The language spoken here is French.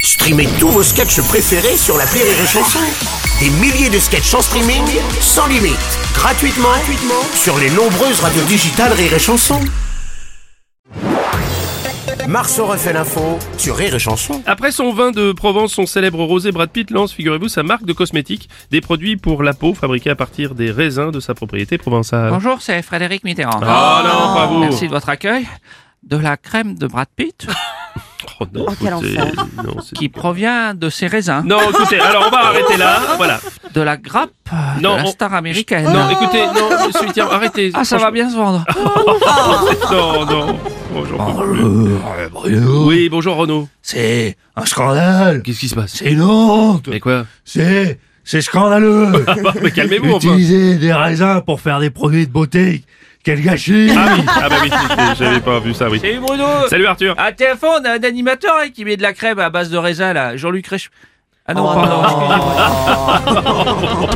Streamez tous vos sketchs préférés sur la Rire et Chanson. Des milliers de sketchs en streaming, sans limite, gratuitement, gratuitement sur les nombreuses radios digitales Rire et Chanson. Marceau refait l'info sur Rire et Chanson. Après son vin de Provence, son célèbre rosé Brad Pitt lance, figurez-vous, sa marque de cosmétiques, des produits pour la peau fabriqués à partir des raisins de sa propriété provençale. Bonjour, c'est Frédéric Oh Mitterrand. non, pas vous. Oh. Merci de votre accueil. De la crème de Brad Pitt Oh non, écoutez, non, c'est- qui provient de ses raisins. Non, écoutez, alors on va arrêter là, voilà. De la grappe euh, Non, de la on- star américaine. Non, écoutez, non, je suis- tiens, arrêtez. Eh Ah, ça va bien se vendre. Franchement, Non, non. Oh, j'en peux plus. Oui, bonjour Renaud. Euh, C'est un scandale, Qu'est-ce qui se passe c'est une honte, Mais quoi c'est c'est scandaleux. Mais calmez-vous enfin. Utiliser des raisins pour faire des produits de beauté, quel gâchis Ah oui, ah bah oui, j'avais pas vu ça, oui. Salut Eh, Bruno Salut Arthur. À téléphone, on a un animateur hein, qui met Oh de la crème à base de raisin, là. Jean-Luc Réch... Ah non, pardon. excusez-moi.